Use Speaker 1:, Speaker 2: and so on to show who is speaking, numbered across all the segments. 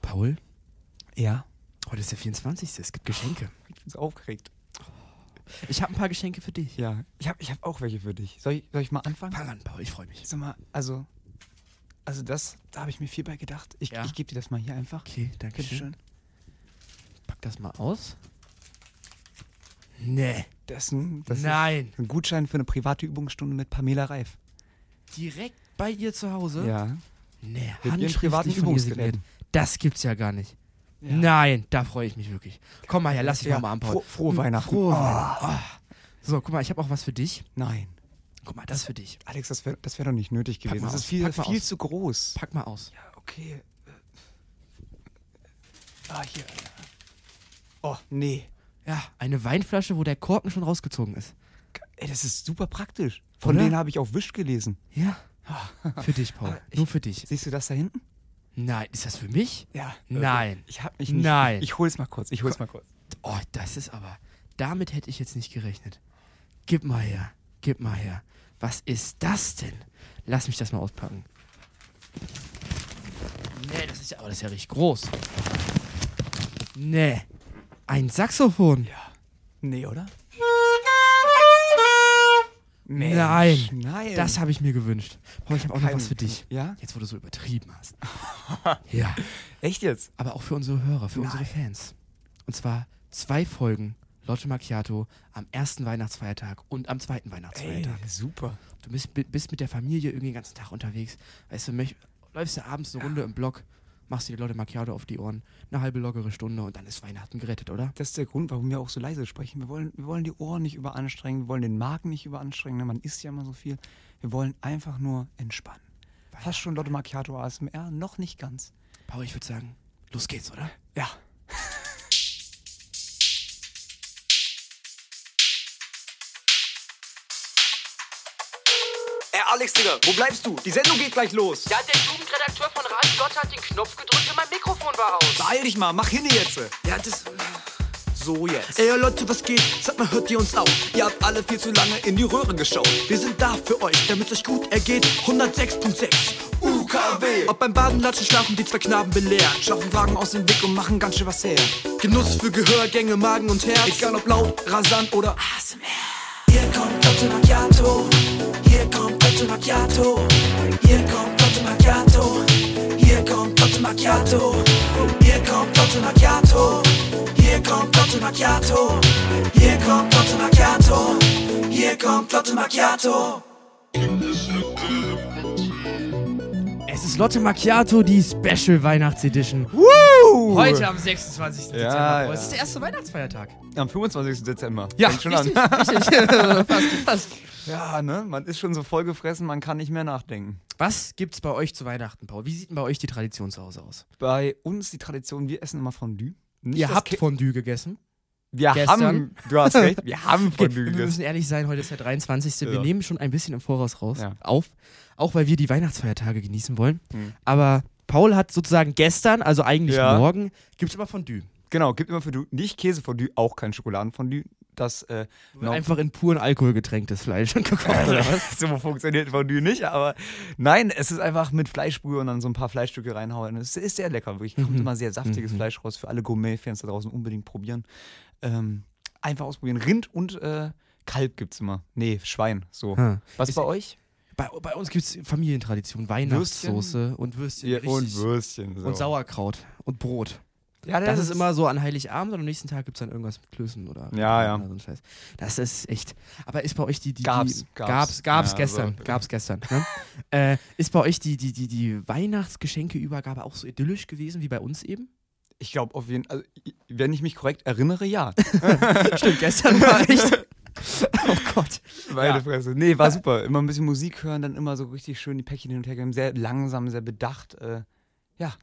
Speaker 1: Paul,
Speaker 2: Ja.
Speaker 1: heute ist der 24. Es gibt Geschenke.
Speaker 2: Ich bin so aufgeregt.
Speaker 1: Ich habe ein paar Geschenke für dich.
Speaker 2: Ja. Ich habe ich hab auch welche für dich. Soll ich, soll ich mal anfangen?
Speaker 1: Fang an, Paul, ich freue mich.
Speaker 2: Sag mal, also, also das, da habe ich mir viel bei gedacht. Ich,
Speaker 1: Ja.
Speaker 2: ich gebe dir das mal hier einfach.
Speaker 1: Okay, danke schön.
Speaker 2: Bitteschön.
Speaker 1: Pack das mal aus. Nee.
Speaker 2: Das ist ein, das
Speaker 1: Nein.
Speaker 2: Ist ein Gutschein für eine private Übungsstunde mit Pamela Reif.
Speaker 1: Direkt bei ihr zu Hause?
Speaker 2: Ja.
Speaker 1: Nee,
Speaker 2: ihren privaten
Speaker 1: handschriftlich von ihr
Speaker 2: Übungsgeräten.
Speaker 1: signiert. Das gibt's ja gar nicht.
Speaker 2: Ja.
Speaker 1: Nein, da freue ich mich wirklich. Komm mal her, lass dich
Speaker 2: Ja,
Speaker 1: noch mal anpauen.
Speaker 2: fro- frohe Weihnachten.
Speaker 1: Frohe
Speaker 2: Oh.
Speaker 1: Weihnachten. Oh. So, guck mal, ich habe auch was für dich.
Speaker 2: Nein.
Speaker 1: Guck mal, das ist für dich.
Speaker 2: Alex, das wäre das wär doch nicht nötig gewesen.
Speaker 1: mal
Speaker 2: Das
Speaker 1: aus,
Speaker 2: ist viel,
Speaker 1: pack mal
Speaker 2: viel
Speaker 1: aus.
Speaker 2: zu groß.
Speaker 1: Pack mal aus.
Speaker 2: Ja, okay. Ah, hier. Oh, nee.
Speaker 1: Ja, eine Weinflasche, wo der Korken schon rausgezogen ist.
Speaker 2: Ey, das ist super praktisch. Von
Speaker 1: Oder?
Speaker 2: denen habe ich auf Wisch gelesen.
Speaker 1: Ja.
Speaker 2: Ah.
Speaker 1: Für dich, Paul.
Speaker 2: Ich-
Speaker 1: Nur für dich.
Speaker 2: Siehst du das da hinten?
Speaker 1: Nein, ist das für mich?
Speaker 2: Ja.
Speaker 1: Nein.
Speaker 2: Ich hab mich nicht.
Speaker 1: Nein.
Speaker 2: Ich hol's mal kurz. Ich hol's mal kurz.
Speaker 1: Oh, das ist aber. Damit hätte ich jetzt nicht gerechnet. Gib mal her. Gib mal her. Was ist das denn? Lass mich das mal auspacken. Nee, das ist ja, aber das ist ja richtig groß. Nee. Ein Saxophon.
Speaker 2: Ja. Nee, oder?
Speaker 1: Nein.
Speaker 2: Nein.
Speaker 1: Das habe ich mir gewünscht. Paul, ich habe auch noch
Speaker 2: Kein-
Speaker 1: was für dich.
Speaker 2: Ja?
Speaker 1: Jetzt, wo du so übertrieben hast. ja.
Speaker 2: Echt jetzt?
Speaker 1: aber auch für unsere Hörer, für unsere Fans. Und zwar zwei Folgen Lotte Macchiato am ersten Weihnachtsfeiertag und am zweiten
Speaker 2: Ey,
Speaker 1: Weihnachtsfeiertag.
Speaker 2: super.
Speaker 1: Du bist, bi- bist mit der Familie irgendwie den ganzen Tag unterwegs. Weißt du, möcht- läufst du abends eine Runde im Block, machst dir die Lotte Macchiato auf die Ohren, eine halbe lockere Stunde und dann ist Weihnachten gerettet, oder?
Speaker 2: Das ist der Grund, warum wir auch so leise sprechen. Wir wollen, wir wollen die Ohren nicht überanstrengen, wir wollen den Magen nicht überanstrengen, ne? man isst ja immer so viel. Wir wollen einfach nur entspannen. Fast schon Lotto Macchiato ASMR, noch nicht ganz.
Speaker 1: Paul, ich würde sagen, los geht's, oder?
Speaker 2: Ja.
Speaker 3: Ey, Alex, Digga, wo bleibst du? Die Sendung geht gleich los.
Speaker 4: Ja, der Jugendredakteur von Radio Gott hat den Knopf gedrückt und mein Mikrofon war aus.
Speaker 3: Beeil dich mal, mach hin jetzt. Ja, das. So jetzt. Ey Leute, was geht? Sagt mal, hört ihr uns auf? Ihr habt alle viel zu lange in die Röhre geschaut. Wir sind da für euch, damit euch gut ergeht. 106.6 UKW. Ob beim Baden, Latschen, Schlafen, die zwei Knaben belehrt. Schaffen Fragen aus dem Weg und machen ganz schön was her. Genuss für Gehörgänge, Magen und Herz. Egal ob laut, rasant oder ASMR. Hier kommt Lotte Macchiato. Hier kommt Lotte Macchiato. Hier kommt Lotte Macchiato. Hier kommt Lotte Macchiato. Hier kommt Lotte Macchiato. Hier kommt Lotte Macchiato. Hier kommt Lotte Macchiato. Hier kommt Lotte Macchiato.
Speaker 1: Es ist Lotte Macchiato, die Special Weihnachts Edition.
Speaker 2: Woo!
Speaker 1: Heute am 26. Dezember.
Speaker 2: ja.
Speaker 1: Paul. Es ist der erste Weihnachtsfeiertag.
Speaker 2: Am 25. Dezember. Fängt schon
Speaker 1: richtig,
Speaker 2: an.
Speaker 1: richtig. fast, fast.
Speaker 2: Ja, ne? Man ist schon so vollgefressen, man kann nicht mehr nachdenken.
Speaker 1: Was gibt's bei euch zu Weihnachten, Paul? Wie sieht denn bei euch die Tradition zu Hause aus?
Speaker 2: Bei uns die Tradition, wir essen immer Fondue. Nicht
Speaker 1: Ihr
Speaker 2: das
Speaker 1: habt
Speaker 2: Ke-
Speaker 1: Fondue gegessen.
Speaker 2: Wir
Speaker 1: gestern.
Speaker 2: haben, du hast recht, wir haben Fondue
Speaker 1: wir
Speaker 2: gegessen.
Speaker 1: müssen ehrlich sein, heute ist der 23. Wir
Speaker 2: Ja.
Speaker 1: nehmen schon ein bisschen im Voraus raus
Speaker 2: Ja.
Speaker 1: auf, auch weil wir die Weihnachtsfeiertage genießen wollen.
Speaker 2: Hm.
Speaker 1: Aber Paul hat sozusagen gestern, also eigentlich
Speaker 2: Ja.
Speaker 1: morgen, gibt's immer Fondue.
Speaker 2: Genau, gibt immer Fondue. Nicht Käsefondue, auch kein Schokoladenfondue. Das, äh, no-
Speaker 1: Einfach in puren Alkohol getränktes Fleisch und gekocht oder was?
Speaker 2: so funktioniert Fondue nicht, aber nein, es ist einfach mit Fleischbrühe und dann so ein paar Fleischstücke reinhauen. Es ist sehr lecker, wirklich.
Speaker 1: Mhm.
Speaker 2: Kommt immer sehr saftiges Fleisch raus. Für alle Gourmet-Fans da draußen unbedingt probieren. Ähm, einfach ausprobieren. Rind und äh, Kalb gibt's immer. Nee, Schwein, so.
Speaker 1: Hm.
Speaker 2: Was
Speaker 1: Ist-
Speaker 2: bei euch?
Speaker 1: Bei, bei uns gibt's Familientradition, Weihnachtssoße und Würstchen. richtig.
Speaker 2: Würstchen. So.
Speaker 1: und Sauerkraut und Brot.
Speaker 2: Ja,
Speaker 1: Das, ist immer so an Heiligabend und am nächsten Tag gibt es dann irgendwas mit Klößen oder,
Speaker 2: Ja, ja.
Speaker 1: oder so ein Scheiß. Das ist echt. Aber ist bei euch die. die
Speaker 2: Gab's,
Speaker 1: die,
Speaker 2: gab's.
Speaker 1: gab's, gab's
Speaker 2: Ja,
Speaker 1: gestern.
Speaker 2: also-
Speaker 1: gab's gestern. Ne? äh, ist bei euch die, die, die, die Weihnachtsgeschenkeübergabe auch so idyllisch gewesen wie bei uns eben?
Speaker 2: Ich glaube auf jeden also i- wenn ich mich korrekt erinnere, ja.
Speaker 1: Stimmt, gestern war echt. oh Gott.
Speaker 2: Meine Fresse. Nee, war super. Immer ein bisschen Musik hören, dann immer so richtig schön die Päckchen hin und her geben. Sehr langsam, sehr bedacht. Äh, ja,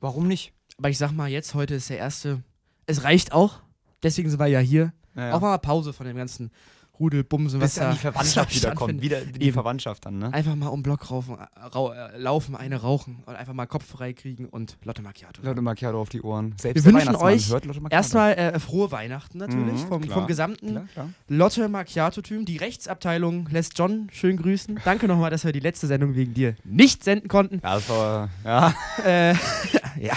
Speaker 2: warum nicht?
Speaker 1: Aber ich sag mal, jetzt heute ist der erste. Es reicht auch. Deswegen sind wir ja hier.
Speaker 2: Naja.
Speaker 1: Auch mal Pause von dem ganzen Rudelbumsen, was
Speaker 2: Bis dann
Speaker 1: da
Speaker 2: die Verwandtschaft wieder
Speaker 1: stattfindet.
Speaker 2: kommt. Wieder die
Speaker 1: Eben.
Speaker 2: Verwandtschaft dann, ne?
Speaker 1: Einfach mal um den Block raufen, rau, äh, laufen, eine rauchen und einfach mal Kopf frei kriegen und Lotte Macchiato.
Speaker 2: Lotte Macchiato auf die Ohren. Selbst
Speaker 1: Wir
Speaker 2: der
Speaker 1: wünschen
Speaker 2: Weihnachtsmann
Speaker 1: euch
Speaker 2: hört Lotte Macchiato.
Speaker 1: Erstmal äh, frohe Weihnachten natürlich
Speaker 2: Mhm,
Speaker 1: vom,
Speaker 2: klar.
Speaker 1: vom gesamten
Speaker 2: Klar, klar.
Speaker 1: Lotte Macchiato-Team. Die Rechtsabteilung lässt John schön grüßen. Danke nochmal, dass wir die letzte Sendung wegen dir nicht senden konnten.
Speaker 2: Ah, Ja, das war, ja.
Speaker 1: Äh, ja,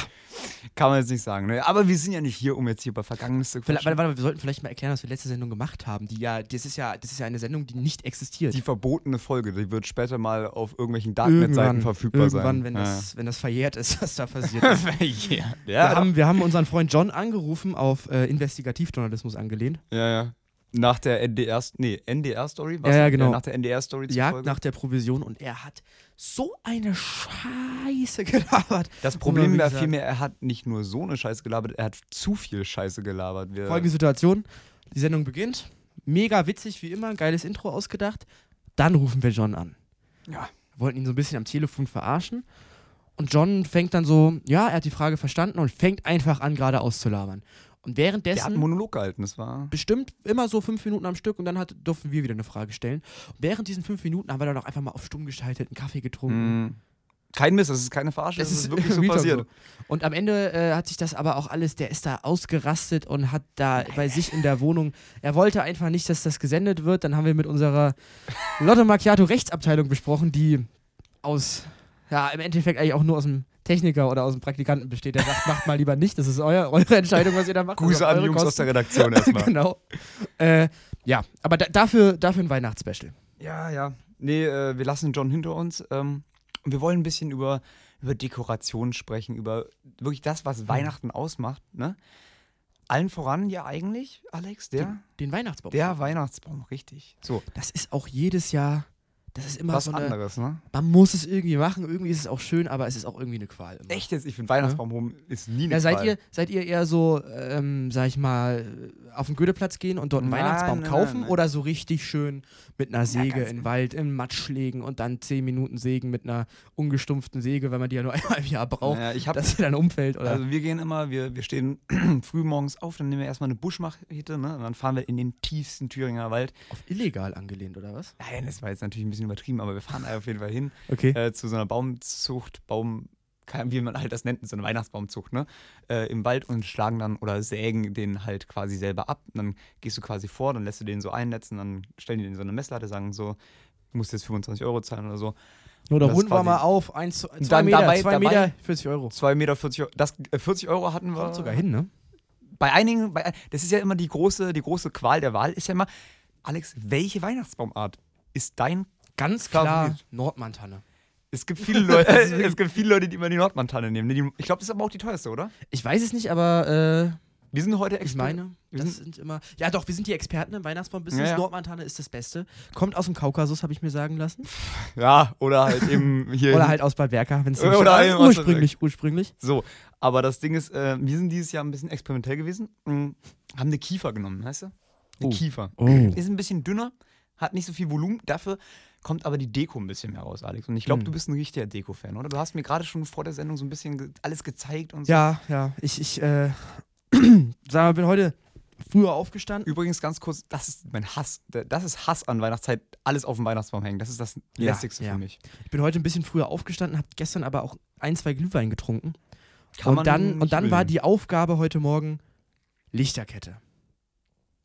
Speaker 2: Kann man jetzt nicht sagen. Ne? Aber wir sind ja nicht hier, um jetzt hier über Vergangenes zu
Speaker 1: Vielleicht, warte,
Speaker 2: quatschen.
Speaker 1: warte, wir sollten vielleicht mal erklären, was wir letzte Sendung gemacht haben. Die ja, das ist ja, das ist ja eine Sendung, die nicht existiert.
Speaker 2: Die verbotene Folge, die wird später mal auf irgendwelchen Darknet-Seiten verfügbar
Speaker 1: irgendwann,
Speaker 2: sein.
Speaker 1: wenn das, wenn das verjährt ist, was da passiert ist.
Speaker 2: ja. ja,
Speaker 1: Wir,
Speaker 2: ja,
Speaker 1: haben, wir haben unseren Freund John angerufen, auf äh, Investigativjournalismus angelehnt.
Speaker 2: ja, ja. Nach der NDR, nee, NDR-Story?
Speaker 1: Ja, ja, genau.
Speaker 2: Nach der NDR-Story zur
Speaker 1: Jagd
Speaker 2: Folge.
Speaker 1: nach der Provision und er hat so eine Scheiße gelabert.
Speaker 2: Das
Speaker 1: Muss
Speaker 2: Problem
Speaker 1: man
Speaker 2: war
Speaker 1: wirklich sagen.
Speaker 2: vielmehr, er hat nicht nur so eine Scheiße gelabert, er hat zu viel Scheiße gelabert. Wir,
Speaker 1: Folgende Situation: Die Sendung beginnt. Mega witzig, wie immer. Geiles Intro ausgedacht. Dann rufen wir John an.
Speaker 2: Ja.
Speaker 1: Wir wollten ihn so ein bisschen am Telefon verarschen. Und John fängt dann so: Ja, er hat die Frage verstanden und fängt einfach an, geradeaus zu labern. Und
Speaker 2: der hat einen
Speaker 1: währenddessen.
Speaker 2: Monolog gehalten, das war.
Speaker 1: Bestimmt immer so fünf Minuten am Stück und dann hat, durften wir wieder eine Frage stellen. Und während diesen fünf Minuten haben wir dann auch einfach mal auf stumm geschaltet, einen Kaffee getrunken.
Speaker 2: Mm. Kein Mist, das ist keine Verarsche, das, ist wirklich so
Speaker 1: Real Talk
Speaker 2: passiert.
Speaker 1: so. Und am Ende äh, hat sich das aber auch alles, der ist da ausgerastet und hat da bei sich in der Wohnung, er wollte einfach nicht, dass das gesendet wird. Dann haben wir mit unserer Lotte Macchiato Rechtsabteilung besprochen, die aus, ja, im Endeffekt eigentlich auch nur aus dem Techniker oder aus dem Praktikanten besteht. Der sagt, macht mal lieber nicht, das ist euer, eure Entscheidung, was ihr da macht. das ist
Speaker 2: Grüße
Speaker 1: auf
Speaker 2: an die
Speaker 1: Also eure
Speaker 2: Jungs aus
Speaker 1: Kosten.
Speaker 2: der Redaktion erstmal.
Speaker 1: Genau. Äh, ja, aber da, dafür, dafür ein Weihnachtsspecial.
Speaker 2: Ja, ja. Nee, äh, wir lassen John hinter uns. Ähm, und wir wollen ein bisschen über, über Dekoration sprechen, über wirklich das,
Speaker 1: Hm.
Speaker 2: was Weihnachten ausmacht. Ne? Allen voran ja eigentlich, Alex, der,
Speaker 1: Den Weihnachtsbaum.
Speaker 2: der Weihnachtsbaum, richtig. So,
Speaker 1: Das ist auch jedes Jahr, das ist immer
Speaker 2: was
Speaker 1: so eine,
Speaker 2: anderes, ne?
Speaker 1: man muss es irgendwie machen, irgendwie ist es auch schön, aber es ist auch irgendwie eine Qual. Immer.
Speaker 2: Echt jetzt, ich finde Weihnachtsbaum rum ist nie eine
Speaker 1: Ja, seid
Speaker 2: Qual.
Speaker 1: ihr, seid ihr eher so, ähm, sag ich mal, auf den Goetheplatz gehen und dort einen
Speaker 2: Nein,
Speaker 1: Weihnachtsbaum
Speaker 2: nein,
Speaker 1: kaufen
Speaker 2: nein, nein.
Speaker 1: oder so richtig schön mit einer Säge
Speaker 2: ganz- genau.
Speaker 1: in den Wald, in den Matsch legen und dann 10 Minuten sägen mit einer ungestumpften Säge, weil man die ja nur einmal im Jahr braucht,
Speaker 2: Naja, ich hab-
Speaker 1: dass sie dann umfällt oder
Speaker 2: Also wir gehen immer, wir, wir stehen früh morgens auf, dann nehmen wir erstmal eine Buschmachete, ne? Und dann fahren wir in den tiefsten Thüringer Wald.
Speaker 1: auf illegal angelehnt oder was?
Speaker 2: Nein, das war jetzt natürlich ein bisschen übertrieben, aber wir fahren da auf jeden Fall hin.
Speaker 1: Okay.
Speaker 2: äh, zu so einer Baumzucht, Baum, kein- wie man halt das nennt, so eine Weihnachtsbaumzucht, ne? Äh, Im Wald und schlagen dann oder sägen den halt quasi selber ab. Und dann gehst du quasi vor, dann lässt du den so einnetzen, dann stellen die den in so eine Messlatte, sagen so, du musst jetzt 25 Euro zahlen oder so.
Speaker 1: oder
Speaker 2: das
Speaker 1: runden wir
Speaker 2: quasi-
Speaker 1: mal auf, 1, 2
Speaker 2: Dann
Speaker 1: Meter,
Speaker 2: dabei-
Speaker 1: 2
Speaker 2: dabei-
Speaker 1: Meter, 40 Euro.
Speaker 2: 2,40 Meter, 40, das, äh, 40 Euro hatten wir.
Speaker 1: Kommt sogar hin, ne?
Speaker 2: Bei einigen, bei, ein- das ist ja immer die große, die große Qual der Wahl, ist ja immer, Alex, welche Weihnachtsbaumart ist dein
Speaker 1: Ganz
Speaker 2: Klar,
Speaker 1: klar,
Speaker 2: probiert.
Speaker 1: Nordmantanne.
Speaker 2: es gibt, viele Leute, es gibt viele Leute, die immer die Nordmantanne nehmen. ne? Die, ich glaube, das ist aber auch die teuerste, oder?
Speaker 1: Ich weiß es nicht, aber äh,
Speaker 2: Wir sind heute
Speaker 1: Ich
Speaker 2: Exper-
Speaker 1: meine,
Speaker 2: wir
Speaker 1: das
Speaker 2: sind-
Speaker 1: sind immer. Ja, doch, wir sind die Experten im Weihnachtsbaum-Business.
Speaker 2: Ja, ja.
Speaker 1: Nordmantanne ist das Beste. Kommt aus dem Kaukasus, habe ich mir sagen lassen.
Speaker 2: Ja, oder halt eben hier.
Speaker 1: Oder halt aus Bad Berka, wenn es
Speaker 2: Oder eben aus Bad
Speaker 1: ursprünglich, ursprünglich.
Speaker 2: So, aber das Ding ist, äh, wir sind dieses Jahr ein bisschen experimentell gewesen. Mhm. Haben eine Kiefer genommen, weißt du? Eine
Speaker 1: Oh.
Speaker 2: Kiefer.
Speaker 1: Oh.
Speaker 2: Ist ein bisschen dünner, hat nicht so viel Volumen. Dafür kommt aber die Deko ein bisschen mehr raus, Alex. Und ich glaube,
Speaker 1: Mhm.
Speaker 2: du bist ein richtiger Deko-Fan, oder? Du hast mir gerade schon vor der Sendung so ein bisschen ge alles gezeigt und so.
Speaker 1: Ja, ja. Ich, ich, äh, sag mal, bin heute früher aufgestanden.
Speaker 2: Übrigens ganz kurz, das ist mein Hass. Da- Das ist Hass an Weihnachtszeit. Alles auf dem Weihnachtsbaum hängen. Das ist das
Speaker 1: Ja,
Speaker 2: lästigste
Speaker 1: ja.
Speaker 2: für mich.
Speaker 1: Ich bin heute ein bisschen früher aufgestanden, habe gestern aber auch ein, zwei Glühwein getrunken.
Speaker 2: Kann man
Speaker 1: und dann,
Speaker 2: nicht
Speaker 1: und dann war
Speaker 2: übel nehmen.
Speaker 1: die Aufgabe heute Morgen Lichterkette.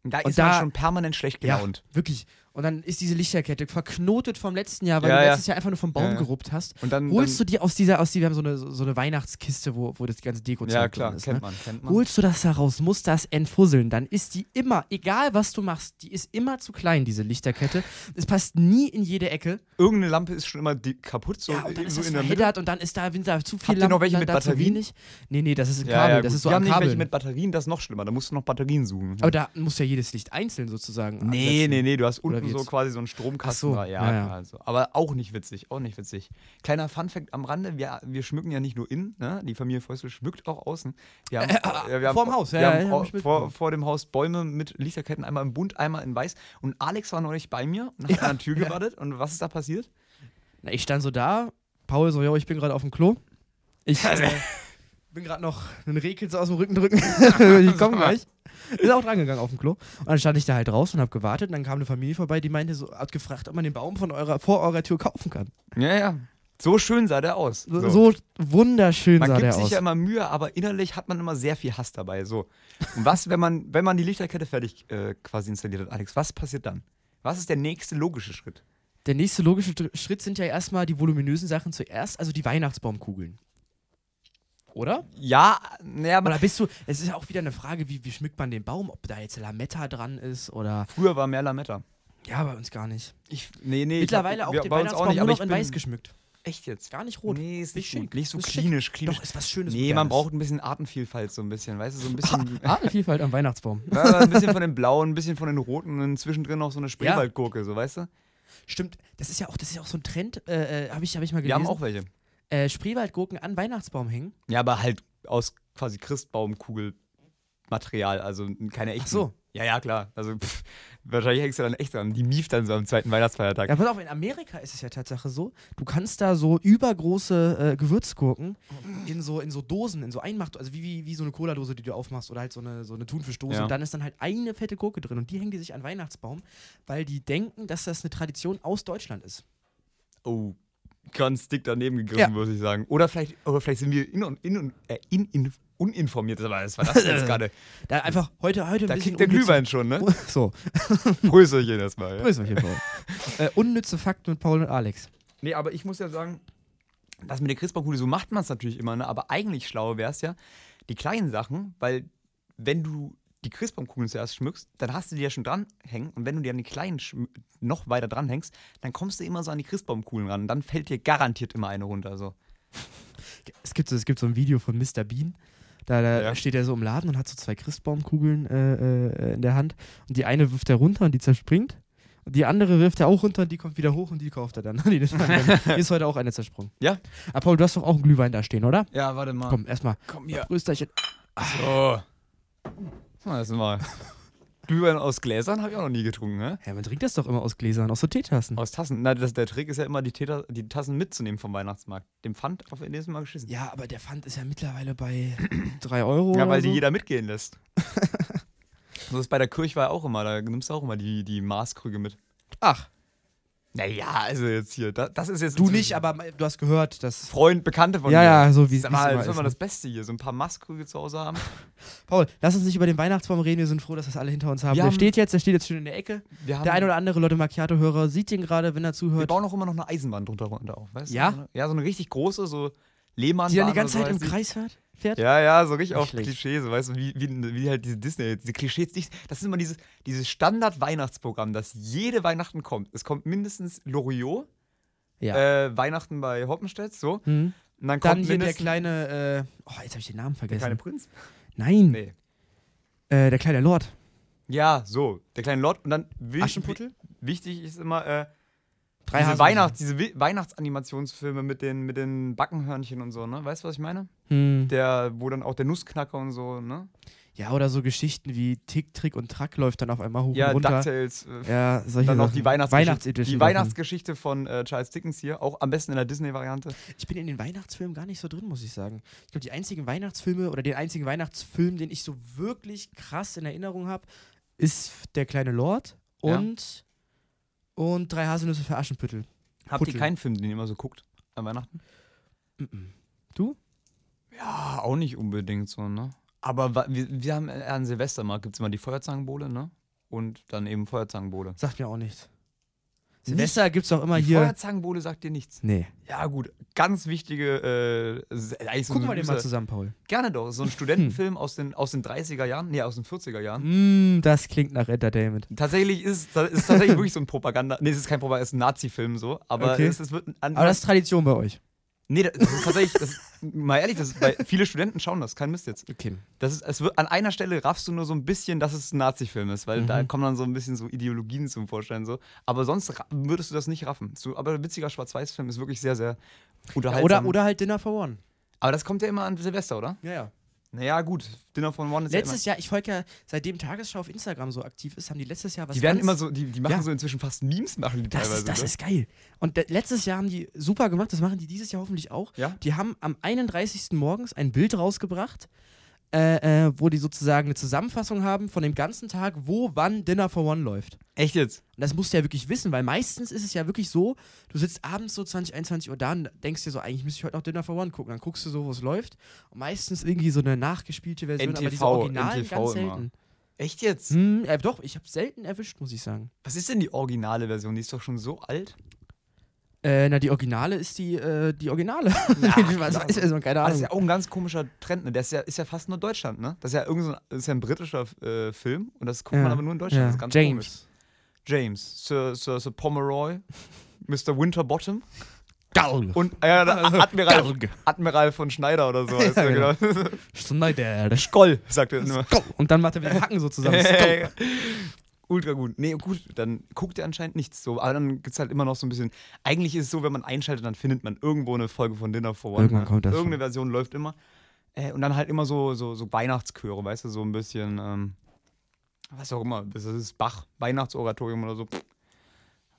Speaker 2: Da
Speaker 1: und
Speaker 2: ist man
Speaker 1: da-
Speaker 2: schon permanent schlecht gelaunt.
Speaker 1: Ja, wirklich. Und dann ist diese Lichterkette verknotet vom letzten Jahr, weil
Speaker 2: Ja,
Speaker 1: du
Speaker 2: ja.
Speaker 1: letztes Jahr einfach nur vom Baum
Speaker 2: Ja, ja.
Speaker 1: geruppt hast.
Speaker 2: Und dann,
Speaker 1: Holst
Speaker 2: dann,
Speaker 1: du dir aus dieser, aus die, wir haben so eine, so eine Weihnachtskiste, wo, wo das ganze Deko
Speaker 2: Ja, klar,
Speaker 1: drin ist.
Speaker 2: kennt
Speaker 1: ne?
Speaker 2: man, kennt man.
Speaker 1: Holst du das heraus, musst das entfusseln, dann ist die immer, egal was du machst, die ist immer zu klein, diese Lichterkette. Es passt nie in jede Ecke.
Speaker 2: Irgendeine Lampe ist schon immer die, kaputt, so,
Speaker 1: ja, und dann ist
Speaker 2: so
Speaker 1: das
Speaker 2: in der Mitte.
Speaker 1: verheddert und dann ist da, wenn da zu viel
Speaker 2: Habt ihr noch
Speaker 1: Lampen,
Speaker 2: welche
Speaker 1: dann
Speaker 2: mit
Speaker 1: da zu
Speaker 2: Batterien?
Speaker 1: wenig. Nee, nee, das ist ein
Speaker 2: Ja,
Speaker 1: Kabel,
Speaker 2: ja,
Speaker 1: das
Speaker 2: gut.
Speaker 1: ist so
Speaker 2: Wir
Speaker 1: am
Speaker 2: haben nicht
Speaker 1: Kabel.
Speaker 2: welche mit Batterien, das ist noch schlimmer. Da musst du noch Batterien suchen.
Speaker 1: Aber da muss ja jedes Licht einzeln sozusagen
Speaker 2: nee,
Speaker 1: ansetzen.
Speaker 2: nee, nee, du hast
Speaker 1: Oder
Speaker 2: unten
Speaker 1: wie
Speaker 2: so
Speaker 1: jetzt?
Speaker 2: quasi so einen Stromkasten.
Speaker 1: Ach so,
Speaker 2: da. Ja,
Speaker 1: ja, ja.
Speaker 2: klar, Also. Aber auch nicht witzig, auch nicht witzig. Kleiner Funfact am Rande, wir, wir schmücken ja nicht nur innen, ne? die Familie Fäustel schmückt auch außen. Wir haben, ja, wir haben,
Speaker 1: vorm Haus, ja,
Speaker 2: wir
Speaker 1: ja,
Speaker 2: haben
Speaker 1: ja,
Speaker 2: vor,
Speaker 1: hab ich
Speaker 2: vor,
Speaker 1: mitbekommen.
Speaker 2: vor dem Haus Bäume mit Lichterketten, einmal in bunt, einmal in weiß. Und Alex war neulich bei mir und hat an der Tür gewartet. Und was ist da passiert?
Speaker 1: Na, ich stand so da, Paul so, jo, ich bin gerade auf dem Klo. Ich äh, bin gerade noch einen Rekels aus dem Rücken drücken. ich komme gleich. Ist auch drangegangen auf dem Klo. Und dann stand ich da halt raus und habe gewartet. Und dann kam eine Familie vorbei, die meinte so, hat gefragt, ob man den Baum von eurer, vor eurer Tür kaufen kann.
Speaker 2: Ja, ja. So schön sah der aus.
Speaker 1: So, so wunderschön
Speaker 2: Man
Speaker 1: sah
Speaker 2: gibt
Speaker 1: der
Speaker 2: sich
Speaker 1: aus.
Speaker 2: ja immer Mühe, aber innerlich hat man immer sehr viel Hass dabei. So. Und was, wenn man, wenn man die Lichterkette fertig äh, quasi installiert hat, Alex, was passiert dann? Was ist der nächste logische Schritt?
Speaker 1: Der nächste logische Dr- Schritt sind ja erstmal die voluminösen Sachen zuerst, also die Weihnachtsbaumkugeln. oder?
Speaker 2: Ja, naja, aber
Speaker 1: Oder bist du, es ist ja auch wieder eine Frage, wie, wie schmückt man den Baum, ob da jetzt Lametta dran ist oder.
Speaker 2: früher war mehr Lametta.
Speaker 1: Ja, bei uns gar nicht.
Speaker 2: Ich, nee, nee. ich
Speaker 1: Mittlerweile
Speaker 2: hab-
Speaker 1: auch
Speaker 2: wir-
Speaker 1: der
Speaker 2: bei uns
Speaker 1: Weihnachtsbaum
Speaker 2: aber
Speaker 1: nur
Speaker 2: ich
Speaker 1: noch in
Speaker 2: bin-
Speaker 1: weiß geschmückt.
Speaker 2: Echt jetzt?
Speaker 1: Gar nicht rot.
Speaker 2: Nee, ist nicht,
Speaker 1: schick.
Speaker 2: gut. nicht so
Speaker 1: Ist schick.
Speaker 2: klinisch, klinisch.
Speaker 1: Doch, ist was Schönes.
Speaker 2: nee, man
Speaker 1: Modernes.
Speaker 2: braucht ein bisschen Artenvielfalt, so ein bisschen, weißt du, so ein bisschen.
Speaker 1: Artenvielfalt am Weihnachtsbaum.
Speaker 2: Ja, aber ein bisschen von den blauen, ein bisschen von den roten und zwischendrin noch so eine Spreewaldgurke, so weißt du?
Speaker 1: Stimmt, das ist ja auch, das ist ja auch so ein Trend, äh, äh, habe ich, hab ich mal gelesen.
Speaker 2: Wir haben auch welche.
Speaker 1: äh, Spreewaldgurken an Weihnachtsbaum hängen.
Speaker 2: Ja, aber halt aus quasi Christbaumkugelmaterial, also keine echten.
Speaker 1: so.
Speaker 2: Ja, ja, klar. Also pff, wahrscheinlich hängst du dann echt dran. Die mief dann so am zweiten Weihnachtsfeiertag.
Speaker 1: Ja, pass auf, in Amerika ist es ja Tatsache so, du kannst da so übergroße äh, Gewürzgurken in so, in so Dosen, in so Einmacht, also wie, wie, wie so eine Cola-Dose, die du aufmachst oder halt so eine, so eine Thunfischdose
Speaker 2: Ja.
Speaker 1: und dann ist dann halt eine fette Gurke drin und die hängen die sich an Weihnachtsbaum, weil die denken, dass das eine Tradition aus Deutschland ist.
Speaker 2: Oh, ganz dick daneben gegriffen,
Speaker 1: Ja.
Speaker 2: würde ich sagen. Oder vielleicht, oder vielleicht sind wir in, und- in, und- äh, in, in, uninformiert. Aber was war das denn jetzt gerade?
Speaker 1: Da einfach heute, heute ein
Speaker 2: Da
Speaker 1: bisschen
Speaker 2: kickt der
Speaker 1: unnütze-
Speaker 2: Glühwein schon, ne?
Speaker 1: So,
Speaker 2: Prösterchen erstmal. Ja.
Speaker 1: grüß euch hier, Paul. äh, unnütze Fakten mit Paul und Alex.
Speaker 2: Nee, aber ich muss ja sagen, das mit der Christbaumkugel, so macht man es natürlich immer, ne? aber eigentlich schlau wäre es ja, die kleinen Sachen, weil wenn du die Christbaumkugeln zuerst schmückst, dann hast du die ja schon dranhängen und wenn du die an die kleinen schm- noch weiter dranhängst, dann kommst du immer so an die Christbaumkugeln ran und dann fällt dir garantiert immer eine runter. So.
Speaker 1: Es gibt, so- es gibt so ein Video von Mr. Bean. Da, da
Speaker 2: Ja.
Speaker 1: steht er so im Laden und hat so zwei Christbaumkugeln äh, äh, in der Hand. Und die eine wirft er runter und die zerspringt. Und die andere wirft er auch runter und die kommt wieder hoch und die kauft er dann. Die nimmt man dann. Hier ist heute auch eine zersprungen.
Speaker 2: Ja?
Speaker 1: Aber Paul, du hast doch auch einen Glühwein da stehen, oder?
Speaker 2: Ja, warte mal.
Speaker 1: Komm, erstmal.
Speaker 2: komm
Speaker 1: Prösterchen.
Speaker 2: So. Na, Das mal. Glühwein aus Gläsern habe ich auch noch nie getrunken, ne?
Speaker 1: Ja, man trinkt das doch immer aus Gläsern, aus so Teetassen.
Speaker 2: Aus Tassen. Na, das, der Trick ist ja immer, die, Täter, die Tassen mitzunehmen vom Weihnachtsmarkt. Dem Pfand auf nächsten Mal geschissen.
Speaker 1: Ja, aber der Pfand ist ja mittlerweile bei 3 Euro.
Speaker 2: Ja, weil
Speaker 1: oder
Speaker 2: die
Speaker 1: so.
Speaker 2: jeder mitgehen lässt. so ist bei der Kirchweih auch immer. Da nimmst du auch immer die, die Maßkrüge mit.
Speaker 1: Ach,
Speaker 2: Naja, also jetzt hier. Das, das ist jetzt.
Speaker 1: du nicht, aber du hast gehört, dass.
Speaker 2: Freund, Bekannte von
Speaker 1: Ja,
Speaker 2: mir.
Speaker 1: ja, so wie es
Speaker 2: Sag mal,
Speaker 1: immer
Speaker 2: Das ist
Speaker 1: ist,
Speaker 2: immer
Speaker 1: ne?
Speaker 2: das Beste hier. So ein paar Maßkrüge zu Hause haben.
Speaker 1: Paul, lass uns nicht über den Weihnachtsbaum reden, wir sind froh, dass das alle hinter uns haben.
Speaker 2: Wir
Speaker 1: der
Speaker 2: haben-
Speaker 1: steht jetzt, der steht jetzt schön in der Ecke.
Speaker 2: Wir haben,
Speaker 1: Der ein oder andere Lotte Macchiato-Hörer sieht den gerade, wenn er
Speaker 2: wir
Speaker 1: zuhört.
Speaker 2: bauen auch immer noch eine Eisenbahn drunter runter auf. Weißt
Speaker 1: Ja?
Speaker 2: Du? So eine- Ja, so eine richtig große, so Lehmann.
Speaker 1: Die dann die ganze Zeit im Kreis fährt. fährt.
Speaker 2: Ja, ja, so richtig auf
Speaker 1: Schlecht.
Speaker 2: Klischee, so weißt du, wie, wie, wie halt diese Disney, diese Klischees, nicht- das ist immer dieses, dieses Standard-Weihnachtsprogramm, das jede Weihnachten kommt. Es kommt mindestens Loriot,
Speaker 1: Ja.
Speaker 2: äh, Weihnachten bei Hoppenstedt, so.
Speaker 1: Hm.
Speaker 2: Und dann,
Speaker 1: Dann
Speaker 2: kommt
Speaker 1: hier der
Speaker 2: mindestens-
Speaker 1: kleine, äh, oh, jetzt habe ich den Namen
Speaker 2: Der
Speaker 1: vergessen.
Speaker 2: kleine Prinz?
Speaker 1: Nein,
Speaker 2: Nee.
Speaker 1: äh, der kleine Lord.
Speaker 2: Ja, so. Der kleine Lord. Und dann wi-
Speaker 1: Aschenputtel?
Speaker 2: wi- Wichtig ist immer, äh,
Speaker 1: Drei
Speaker 2: diese,
Speaker 1: Hasen-
Speaker 2: Weihnachts-, diese Wi- Weihnachtsanimationsfilme mit den, mit den Backenhörnchen und so, ne? Weißt du, was ich meine?
Speaker 1: Hm.
Speaker 2: Der, wo dann auch der Nussknacker und so, ne?
Speaker 1: Ja, oder so Geschichten wie Tick, Trick und Track läuft dann auf einmal hoch
Speaker 2: Ja,
Speaker 1: und runter.
Speaker 2: DuckTales. Äh,
Speaker 1: Ja, solche
Speaker 2: Dann auch
Speaker 1: Sachen.
Speaker 2: die Weihnachtsgeschichte,
Speaker 1: Weihnachtsedition.
Speaker 2: die Weihnachtsgeschichte von äh, Charles Dickens hier, auch am besten in der Disney-Variante.
Speaker 1: Ich bin in den Weihnachtsfilmen gar nicht so drin, muss ich sagen. Ich glaube, die einzigen Weihnachtsfilme oder den einzigen Weihnachtsfilm, den ich so wirklich krass in Erinnerung habe, ist Der kleine Lord
Speaker 2: Ja.
Speaker 1: und, und Drei Haselnüsse für Aschenpüttel.
Speaker 2: Habt
Speaker 1: Puttel.
Speaker 2: ihr keinen Film, den ihr immer so guckt an Weihnachten?
Speaker 1: Mhm. Du?
Speaker 2: Ah, auch nicht unbedingt so, ne? Aber wa- wir, wir haben äh, an Silvestermarkt gibt es immer die Feuerzangenbowle, ne? Und dann eben Feuerzangenbowle.
Speaker 1: Sagt mir auch nichts. Silvester gibt's doch immer
Speaker 2: Die
Speaker 1: hier.
Speaker 2: Feuerzangenbowle sagt dir nichts.
Speaker 1: Nee.
Speaker 2: Ja, gut. Ganz wichtige. Äh, s- eigentlich so
Speaker 1: Gucken wir
Speaker 2: eine
Speaker 1: den mal Hm.
Speaker 2: Lose-
Speaker 1: zusammen, Paul.
Speaker 2: Gerne doch. So ein Studentenfilm aus, den, aus den 30er Jahren. Nee, aus den 40er Jahren.
Speaker 1: Mm, das klingt nach Entertainment.
Speaker 2: Tatsächlich ist es ist tatsächlich wirklich so ein Propaganda. Nee, es ist kein Propaganda, es ist ein Nazi-Film so. Aber
Speaker 1: Okay.
Speaker 2: es, es wird. ein-
Speaker 1: Aber das ist Tradition bei euch.
Speaker 2: nee, das ist tatsächlich. Das, mal ehrlich, das ist, weil viele Studenten schauen das. Kein Mist jetzt.
Speaker 1: Okay.
Speaker 2: Das ist, es wird, an einer Stelle raffst du nur so ein bisschen, dass es ein Nazi-Film ist, weil
Speaker 1: Mhm.
Speaker 2: da kommen dann so ein bisschen so Ideologien zum Vorschein. So. Aber sonst ra- würdest du das nicht raffen. So, aber ein witziger Schwarz-Weiß-Film ist wirklich sehr, sehr unterhaltsam.
Speaker 1: Oder, oder halt Dinner for One.
Speaker 2: aber das kommt ja immer an Silvester, oder?
Speaker 1: Ja, ja.
Speaker 2: Naja, gut. Dinner von One ist
Speaker 1: Letztes Jahr, ich folge ja, seitdem Tagesschau auf Instagram so aktiv ist, haben die letztes Jahr was
Speaker 2: ja immer, Die werden
Speaker 1: ganz-
Speaker 2: immer so, die, die machen
Speaker 1: Ja.
Speaker 2: so inzwischen fast Memes, machen die
Speaker 1: Das,
Speaker 2: teilweise.
Speaker 1: ist, das
Speaker 2: ne?
Speaker 1: ist geil. Und de- letztes Jahr haben die super gemacht, das machen die dieses Jahr hoffentlich auch.
Speaker 2: Ja.
Speaker 1: Die haben am 31. morgens ein Bild rausgebracht, äh, äh, wo die sozusagen eine Zusammenfassung haben von dem ganzen Tag, wo wann Dinner for One läuft.
Speaker 2: Echt jetzt?
Speaker 1: Und das musst du ja wirklich wissen, weil meistens ist es ja wirklich so, du sitzt abends so 20, 21 Uhr da und denkst dir so, eigentlich müsste ich heute noch Dinner for One gucken. Dann guckst du so, wo es läuft. Und meistens irgendwie so eine nachgespielte Version, aber diese
Speaker 2: NTV,
Speaker 1: Originalen
Speaker 2: NTV
Speaker 1: ganz
Speaker 2: immer.
Speaker 1: selten.
Speaker 2: Echt jetzt?
Speaker 1: Hm, äh, doch, ich habe selten erwischt, muss ich sagen.
Speaker 2: Was ist denn die originale Version? Die ist doch schon so alt.
Speaker 1: Äh, na, die Originale ist die, äh, die Originale. ich weiß,
Speaker 2: genau.
Speaker 1: weiß, also, keine
Speaker 2: Aber Ah, das
Speaker 1: Ahnung.
Speaker 2: ist ja auch ein ganz komischer Trend, ne? Der ist ja, ist ja fast nur Deutschland, ne? Das ist ja, irgend so ein, das ist ja ein britischer äh, Film und das guckt
Speaker 1: Ja.
Speaker 2: man aber nur in Deutschland.
Speaker 1: Ja.
Speaker 2: Das ist ganz
Speaker 1: James.
Speaker 2: komisch. James, Sir, Sir, Sir Pomeroy, Mr. Winterbottom
Speaker 1: Gaul.
Speaker 2: und äh, Admiral, Admiral von Schneider oder so. heißt er,
Speaker 1: Also genau.
Speaker 2: genau.
Speaker 1: Schneider.
Speaker 2: Skoll, sagt er immer.
Speaker 1: Und dann macht er wieder den Hacken so zusammen.
Speaker 2: Hey. Ultra gut. Nee, gut, dann guckt ihr anscheinend nichts so. Aber dann gibt es halt immer noch so ein bisschen. Eigentlich ist es so, wenn man einschaltet, dann findet man irgendwo eine Folge von Dinner for One.
Speaker 1: Irgendwann
Speaker 2: ne?
Speaker 1: kommt das
Speaker 2: Irgendeine Version läuft immer. Äh, und dann halt immer so, so, so Weihnachtschöre, weißt du, so ein bisschen, ähm, was auch immer. Das ist Bach, Weihnachtsoratorium oder so. Pff.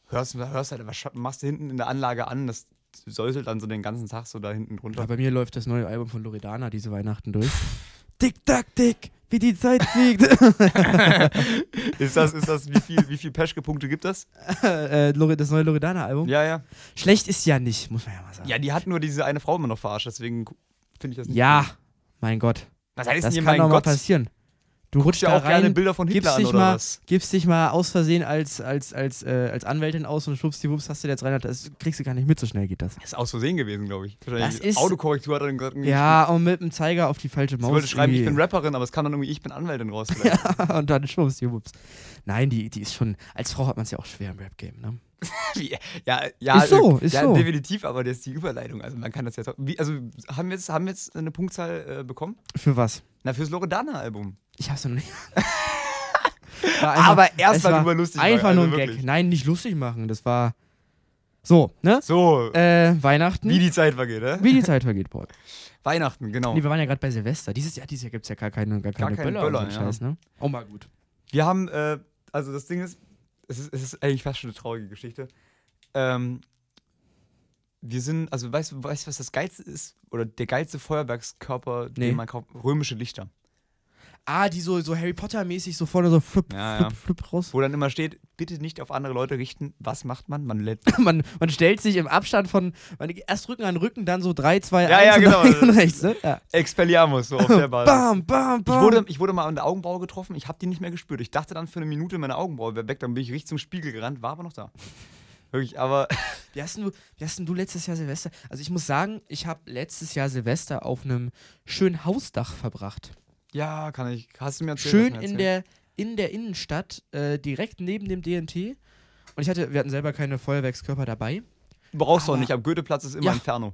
Speaker 2: Hörst, hörst halt, was scha- machst du hinten in der Anlage an? Das säuselt dann so den ganzen Tag so da hinten drunter.
Speaker 1: Ja, bei mir läuft das neue Album von Loredana diese Weihnachten durch. Tick, tack, tick, wie die Zeit fliegt.
Speaker 2: Ist das, ist das, wie viel, wie viel Peschke-Punkte gibt das?
Speaker 1: äh, Lore- das neue Loredana-Album.
Speaker 2: Ja, ja.
Speaker 1: Schlecht ist sie ja nicht, muss man ja mal sagen.
Speaker 2: Ja, die hat nur diese eine Frau immer noch verarscht, deswegen gu- finde ich das nicht.
Speaker 1: Ja, mein Gott.
Speaker 2: Was heißt
Speaker 1: Das
Speaker 2: denn hier,
Speaker 1: kann
Speaker 2: mein
Speaker 1: doch mal
Speaker 2: Gott?
Speaker 1: passieren. Du rutschst
Speaker 2: ja
Speaker 1: da
Speaker 2: auch gerne
Speaker 1: rein,
Speaker 2: Bilder von Hitler
Speaker 1: gibst
Speaker 2: an,
Speaker 1: dich
Speaker 2: oder
Speaker 1: mal,
Speaker 2: was?
Speaker 1: gibst dich mal aus Versehen als, als, als, äh, als Anwältin aus und schwuppsdiwupps hast du dir jetzt rein, das kriegst du gar nicht mit, so schnell geht das.
Speaker 2: Das ist aus Versehen gewesen, glaube ich. Wahrscheinlich
Speaker 1: Das ist-
Speaker 2: Autokorrektur hat dann gesagt, irgendwie,
Speaker 1: Ja, und mit dem Zeiger auf die falsche
Speaker 2: sie
Speaker 1: Maus.
Speaker 2: wollte schreiben, ich bin
Speaker 1: irgendwie.
Speaker 2: Rapperin, aber es kann dann irgendwie, ich bin Anwältin raus.
Speaker 1: und dann schwuppsdiwupps. Nein, die, die ist schon, als Frau hat man es ja auch schwer im Rap-Game, ne?
Speaker 2: Wie? ja, ja,
Speaker 1: Ist so,
Speaker 2: äh,
Speaker 1: ist
Speaker 2: ja,
Speaker 1: so. Definitiv.
Speaker 2: definitiv, aber das ist die Überleitung. Also man kann das jetzt, auch- wie, also haben wir jetzt, haben wir jetzt eine Punktzahl äh, bekommen?
Speaker 1: Für was?
Speaker 2: Na, fürs Loredana-Album.
Speaker 1: Ich hab's noch nicht. War
Speaker 2: Aber erst
Speaker 1: es
Speaker 2: mal
Speaker 1: war
Speaker 2: drüber lustig machen,
Speaker 1: Einfach nur ein
Speaker 2: also
Speaker 1: Gag.
Speaker 2: wirklich.
Speaker 1: Nein, nicht lustig machen. Das war. So, ne?
Speaker 2: So,
Speaker 1: Äh, Weihnachten.
Speaker 2: wie die Zeit vergeht, ne?
Speaker 1: Wie die Zeit vergeht, Paul.
Speaker 2: Weihnachten, genau.
Speaker 1: Nee, wir waren ja gerade bei Silvester. Dieses Jahr, dieses Jahr gibt's ja gar keine, gar keine
Speaker 2: keine
Speaker 1: Böller, und so einen
Speaker 2: Böller, ja.
Speaker 1: Scheiß, ne? Oh, mal gut.
Speaker 2: Wir haben, äh, also das Ding ist es, ist, es ist eigentlich fast schon eine traurige Geschichte. Ähm, wir sind, also weißt du, weißt, du, was das Geilste ist? Oder der geilste Feuerwerkskörper,
Speaker 1: Nee.
Speaker 2: den man kauft? Römische Lichter.
Speaker 1: Ah, die so, so Harry Potter-mäßig so vorne so flup,
Speaker 2: Ja,
Speaker 1: flup,
Speaker 2: ja.
Speaker 1: flup raus.
Speaker 2: Wo dann immer steht, bitte nicht auf andere Leute richten. Was macht man? Man lädt.
Speaker 1: Man, man stellt sich im Abstand von. Man, erst Rücken an Rücken, dann so 3, 2,
Speaker 2: Ja,
Speaker 1: 1
Speaker 2: ja,
Speaker 1: und dann
Speaker 2: genau.
Speaker 1: links und rechts, ne? Ja.
Speaker 2: Expelliarmus, so auf der Basis.
Speaker 1: Bam, bam,
Speaker 2: Ich
Speaker 1: bam.
Speaker 2: wurde, ich wurde mal an der Augenbraue getroffen, ich habe die nicht mehr gespürt. Ich dachte dann für eine Minute, meine Augenbraue wäre weg, dann bin ich richtig zum Spiegel gerannt, war aber noch da. Wirklich, aber
Speaker 1: Wie hast, denn du, wie hast denn du letztes Jahr Silvester? Also ich muss sagen, ich habe letztes Jahr Silvester auf einem schönen Hausdach verbracht.
Speaker 2: ja, kann ich. Hast du mir erzählt?
Speaker 1: Schön
Speaker 2: hast du mir
Speaker 1: in
Speaker 2: erzählt.
Speaker 1: der, in der Innenstadt, äh, direkt neben dem DNT. Und ich hatte, wir hatten selber keine Feuerwerkskörper dabei.
Speaker 2: Brauchst du auch
Speaker 1: Aber-
Speaker 2: nicht, am Goetheplatz ist immer
Speaker 1: Ja.
Speaker 2: Inferno.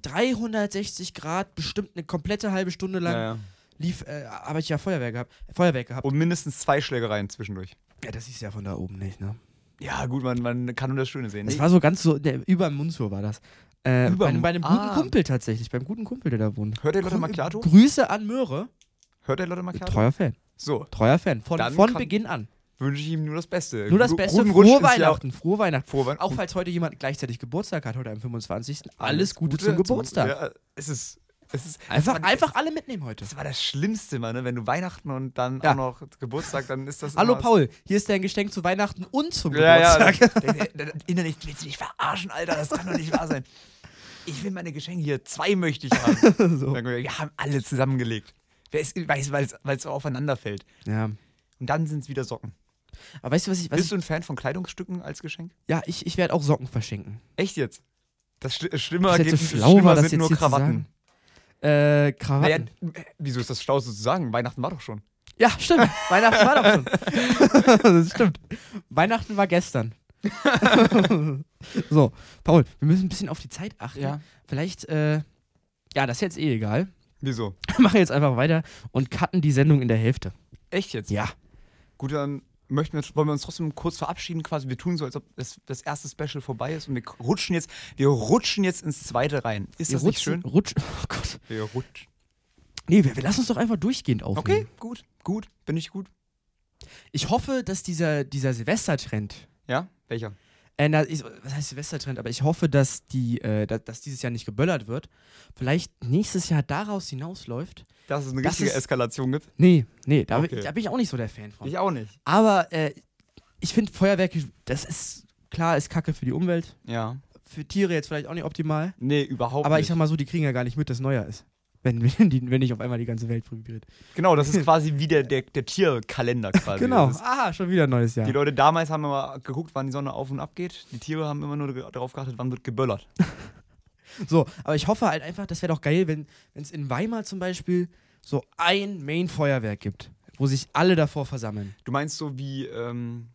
Speaker 1: 360 Grad, bestimmt eine komplette halbe Stunde lang,
Speaker 2: Ja, ja. Oh.
Speaker 1: lief, äh, habe ich ja Feuerwerk gehabt. Feuerwerk gehabt.
Speaker 2: Und mindestens zwei Schlägereien zwischendurch.
Speaker 1: Ja, das ist ja von da oben nicht, ne?
Speaker 2: Ja, gut, man, man kann nur das Schöne sehen.
Speaker 1: Es
Speaker 2: Nee,
Speaker 1: war so ganz so, ne, über dem Mundsur war das. Äh,
Speaker 2: Über
Speaker 1: bei, einem-
Speaker 2: Mu-
Speaker 1: bei einem guten
Speaker 2: Ah.
Speaker 1: Kumpel tatsächlich, beim guten Kumpel, der da wohnt.
Speaker 2: hört ihr Leute
Speaker 1: Grü-
Speaker 2: Macchiato?
Speaker 1: Grüße an Möhre.
Speaker 2: Hört ihr Leute Macchiato?
Speaker 1: Treuer Fan.
Speaker 2: So,
Speaker 1: Treuer Fan. Von,
Speaker 2: Dann
Speaker 1: von
Speaker 2: kann-
Speaker 1: Beginn an.
Speaker 2: wünsche ich ihm nur das Beste.
Speaker 1: Nur das
Speaker 2: Gu-
Speaker 1: Beste.
Speaker 2: guten
Speaker 1: Frohe
Speaker 2: Rutsch ins Jahr.
Speaker 1: Weihnachten. Frohe Weihnachten.
Speaker 2: Frohe Weihnachten.
Speaker 1: Auch falls heute jemand gleichzeitig Geburtstag hat, heute am 25. Alles, Gute, zum Geburtstag.
Speaker 2: Ja, es ist. Es ist
Speaker 1: Einfach,
Speaker 2: das war,
Speaker 1: einfach alle mitnehmen heute.
Speaker 2: Das war das Schlimmste, Mann, ne? wenn du Weihnachten und dann
Speaker 1: Ja.
Speaker 2: auch noch Geburtstag, dann ist das.
Speaker 1: Hallo
Speaker 2: immer-
Speaker 1: Paul, hier ist dein Geschenk zu Weihnachten und zum
Speaker 2: Ja, ja.
Speaker 1: Geburtstag.
Speaker 2: dann- dann- dann- Innerlich willst du dich verarschen, Alter, das kann doch nicht wahr sein. Ich will meine Geschenke hier, zwei möchte ich haben.
Speaker 1: So.
Speaker 2: Dann- Wir haben alle zusammengelegt. Wer ist, weiß, weil es so aufeinander fällt.
Speaker 1: Ja.
Speaker 2: Und dann sind es wieder Socken.
Speaker 1: Aber weißt du, was ich. Was
Speaker 2: Bist
Speaker 1: ich
Speaker 2: du ein Fan von Kleidungsstücken als Geschenk?
Speaker 1: ja, ich, ich werde auch Socken verschenken.
Speaker 2: Echt jetzt? Das Schli Schlimmer,
Speaker 1: Ob das
Speaker 2: geht,
Speaker 1: jetzt so schlau
Speaker 2: schlimmer
Speaker 1: war, das
Speaker 2: sind
Speaker 1: jetzt
Speaker 2: nur
Speaker 1: hier
Speaker 2: Krawatten.
Speaker 1: zu sagen. Äh,
Speaker 2: Naja,
Speaker 1: Krawatten.
Speaker 2: äh, wieso ist das schlau so zu sagen? Weihnachten war doch schon.
Speaker 1: Ja, stimmt. Weihnachten war doch schon. das stimmt. Weihnachten war gestern. so, Paul, wir müssen ein bisschen auf die Zeit achten.
Speaker 2: Ja.
Speaker 1: Vielleicht, äh, ja, das ist jetzt eh egal.
Speaker 2: Wieso?
Speaker 1: Wir machen jetzt einfach weiter und cutten die Sendung in der Hälfte.
Speaker 2: Echt jetzt?
Speaker 1: Ja.
Speaker 2: Gut, dann möchten wir, wollen wir uns trotzdem kurz verabschieden quasi. Wir tun so, als ob das, das erste Special vorbei ist und wir k- rutschen jetzt, wir rutschen jetzt ins zweite rein. Ist das nicht schön?
Speaker 1: Rutsch. Oh Gott.
Speaker 2: Wir rutschen.
Speaker 1: Nee, wir, wir lassen uns doch einfach durchgehend aufnehmen.
Speaker 2: Okay, gut, gut. Bin ich gut?
Speaker 1: Ich hoffe, dass dieser, dieser Silvestertrend.
Speaker 2: Ja? Welcher?
Speaker 1: Äh, na, ich, was heißt Silvestertrend? Aber ich hoffe, dass, die, äh, dass, dass dieses Jahr nicht geböllert wird. Vielleicht nächstes Jahr daraus hinausläuft.
Speaker 2: Dass es eine
Speaker 1: Das
Speaker 2: richtige
Speaker 1: ist-
Speaker 2: Eskalation gibt?
Speaker 1: Nee, nee, da,
Speaker 2: Okay.
Speaker 1: da bin ich auch nicht so der Fan von.
Speaker 2: Ich auch nicht.
Speaker 1: Aber äh, ich finde Feuerwerke, das ist klar, ist Kacke für die Umwelt.
Speaker 2: Ja.
Speaker 1: Für Tiere jetzt vielleicht auch nicht optimal.
Speaker 2: Nee, überhaupt
Speaker 1: aber
Speaker 2: nicht.
Speaker 1: ich sag mal so, die kriegen ja gar nicht mit, dass Neujahr ist. wenn, wenn, die, wenn nicht auf einmal die ganze Welt probiert.
Speaker 2: Genau, das ist quasi wie der, der, der Tierkalender quasi.
Speaker 1: Genau.
Speaker 2: Also Das ist, Genau.
Speaker 1: Ah, schon wieder ein neues Jahr.
Speaker 2: die Leute damals haben immer geguckt, wann die Sonne auf und ab geht. Die Tiere haben immer nur ge- darauf geachtet, wann wird geböllert.
Speaker 1: So, aber ich hoffe halt einfach, das wäre doch geil, wenn es in Weimar zum Beispiel so ein Main-Feuerwerk gibt, wo sich alle davor versammeln.
Speaker 2: Du meinst so wie, ähm,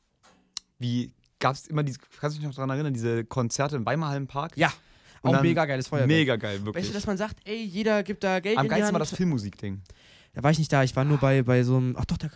Speaker 2: wie gab es immer diese, kannst du dich noch daran erinnern, diese Konzerte im Weimarer Park?
Speaker 1: Ja,
Speaker 2: Und
Speaker 1: auch
Speaker 2: dann-
Speaker 1: mega geiles Feuerwerk.
Speaker 2: Mega geil, wirklich.
Speaker 1: Weißt du, dass man sagt, ey, jeder gibt da Geld
Speaker 2: Am
Speaker 1: in die
Speaker 2: geilsten
Speaker 1: Hand.
Speaker 2: war das Filmmusikding.
Speaker 1: Da war ich nicht da, ich war nur bei, bei so einem. Ach doch, da,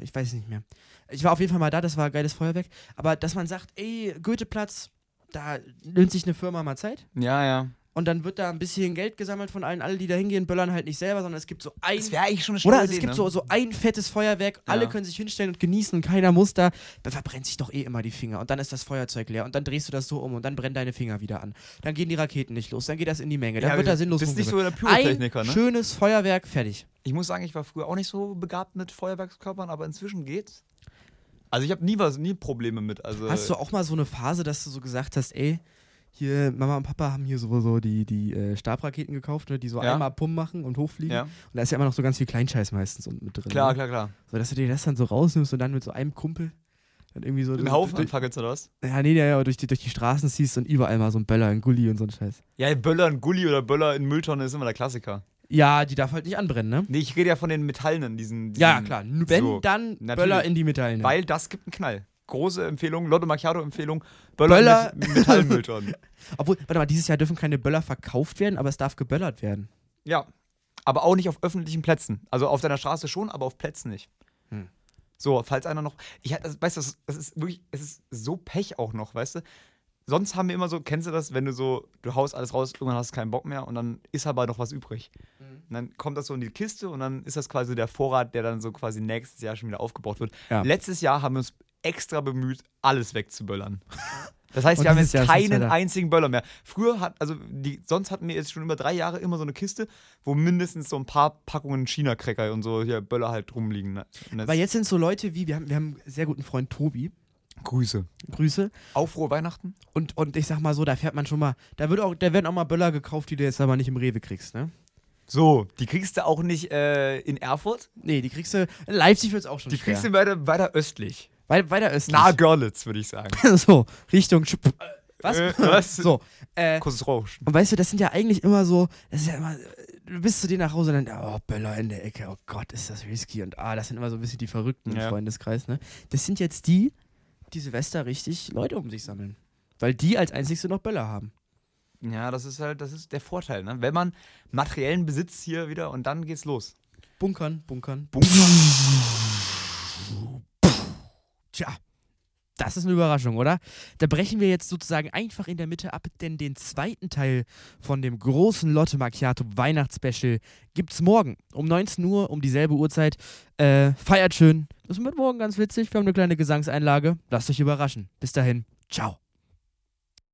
Speaker 1: ich weiß es nicht mehr. Ich war auf jeden Fall mal da, das war ein geiles Feuerwerk. Aber dass man sagt, ey, Goetheplatz, da nimmt sich eine Firma mal Zeit
Speaker 2: Ja, ja.
Speaker 1: und dann wird da ein bisschen Geld gesammelt von allen. Alle, die da hingehen, böllern halt nicht selber, sondern es gibt so ein.
Speaker 2: Das wäre eigentlich schon eine
Speaker 1: Oder
Speaker 2: schlaue
Speaker 1: es
Speaker 2: Idee,
Speaker 1: gibt
Speaker 2: ne?
Speaker 1: so, so ein fettes Feuerwerk, alle
Speaker 2: Ja.
Speaker 1: können sich hinstellen und genießen und keiner muss da. Da verbrennt sich doch eh immer die Finger und dann ist das Feuerzeug leer und dann drehst du das so um und dann brennen deine Finger wieder an. Dann gehen die Raketen nicht los, dann geht das in die Menge, dann
Speaker 2: Ja,
Speaker 1: wird da sinnlos
Speaker 2: bist nicht so
Speaker 1: rumgewirkt.
Speaker 2: der Pyrotechniker,
Speaker 1: ein
Speaker 2: ne?
Speaker 1: schönes Feuerwerk, fertig.
Speaker 2: Ich muss sagen, ich war früher auch nicht so begabt mit Feuerwerkskörpern, aber inzwischen geht's. Also ich habe nie was, nie Probleme mit. Also
Speaker 1: Hast du auch mal so eine Phase, dass du so gesagt hast, ey, hier, Mama und Papa haben hier sowieso die, die äh, Stabraketen gekauft, ne, die so
Speaker 2: Ja.
Speaker 1: einmal Pum machen und hochfliegen.
Speaker 2: Ja.
Speaker 1: Und da ist ja immer noch so ganz viel Kleinscheiß meistens unten mit drin.
Speaker 2: klar,
Speaker 1: ne?
Speaker 2: klar, klar.
Speaker 1: So, dass du dir das dann so rausnimmst und dann mit so einem Kumpel dann irgendwie so.
Speaker 2: Den
Speaker 1: durch-
Speaker 2: Haufen
Speaker 1: durch,
Speaker 2: anfackelst oder was?
Speaker 1: Ja, nee, ja, ja, durch die, durch die Straßen ziehst und überall mal so ein Böller, ein Gulli und so ein Scheiß.
Speaker 2: Ja, Böller in Gulli oder Böller in Mülltonne ist immer der Klassiker.
Speaker 1: Ja, die darf halt nicht anbrennen, ne?
Speaker 2: Nee, ich rede ja von den Metallenen, diesen. diesen
Speaker 1: Ja, klar. N- Wenn,
Speaker 2: Hm, so.
Speaker 1: dann
Speaker 2: Natürlich.
Speaker 1: Böller in die ne? Metallen.
Speaker 2: Weil das gibt einen Knall. Große Empfehlung, Lotto Macchiato-Empfehlung, Böller,
Speaker 1: Böller-
Speaker 2: mit Metallmülltonnen.
Speaker 1: Obwohl, warte mal, dieses Jahr dürfen keine Böller verkauft werden, aber es darf geböllert werden.
Speaker 2: Ja. Aber auch nicht auf öffentlichen Plätzen. Also auf deiner Straße schon, aber auf Plätzen nicht.
Speaker 1: Hm.
Speaker 2: So, falls einer noch. Ich hatte- also, weißt du, das- das ist wirklich, es ist so Pech auch noch, weißt du? Sonst haben wir immer so, kennst du das, wenn du so, du haust alles raus, irgendwann hast du keinen Bock mehr und dann ist aber noch was übrig.
Speaker 1: Hm.
Speaker 2: Und dann kommt das so in die Kiste und dann ist das quasi der Vorrat, der dann so quasi nächstes Jahr schon wieder aufgebaut wird.
Speaker 1: Ja.
Speaker 2: Letztes Jahr haben wir uns extra bemüht, alles wegzuböllern. Das heißt,
Speaker 1: Und
Speaker 2: wir haben
Speaker 1: dieses
Speaker 2: jetzt
Speaker 1: Jahr ist nichts
Speaker 2: keinen
Speaker 1: mehr da.
Speaker 2: einzigen Böller mehr. Früher hat, also die, sonst hatten wir jetzt schon über drei Jahre immer so eine Kiste, wo mindestens so ein paar Packungen China-Cracker und so hier Böller halt rumliegen. Ne? Und das-
Speaker 1: Aber jetzt sind so Leute wie, wir haben, wir haben einen sehr guten Freund Tobi,
Speaker 2: Grüße.
Speaker 1: Grüße.
Speaker 2: Auch frohe Weihnachten?
Speaker 1: Und, und ich sag mal so, da fährt man schon mal, da, wird auch, da werden auch mal Böller gekauft, die du jetzt aber nicht im Rewe kriegst, ne?
Speaker 2: So, die kriegst du auch nicht äh, in Erfurt,
Speaker 1: Nee, die kriegst du, in Leipzig wird's auch schon
Speaker 2: die
Speaker 1: schwer.
Speaker 2: kriegst du weiter, weiter östlich.
Speaker 1: Wei- weiter östlich.
Speaker 2: Na, Görlitz, würde ich sagen.
Speaker 1: so, Richtung, Schupp- was?
Speaker 2: Äh, was?
Speaker 1: So, äh,
Speaker 2: Kurzes Rauschen.
Speaker 1: Und weißt du, das sind ja eigentlich immer so, das ist ja immer, du bist zu denen nach Hause und dann, oh, Böller in der Ecke, oh Gott, ist das risky. Und ah, das sind immer so ein bisschen die Verrückten
Speaker 2: Ja.
Speaker 1: im Freundeskreis, ne? Das sind jetzt die, die Silvester richtig Leute um sich sammeln. Weil die als einzigste noch Böller haben.
Speaker 2: Ja, das ist halt, das ist der Vorteil, ne? Wenn man materiellen Besitz hier wieder und dann geht's los.
Speaker 1: Bunkern, bunkern. Tja, das ist eine Überraschung, oder? Da brechen wir jetzt sozusagen einfach in der Mitte ab, denn den zweiten Teil von dem großen Lotte Macchiato Weihnachtsspecial gibt's morgen um 19 Uhr, um dieselbe Uhrzeit. Äh, feiert schön. Das wird morgen ganz witzig. Wir haben eine kleine Gesangseinlage. Lasst euch überraschen. Bis dahin. Ciao.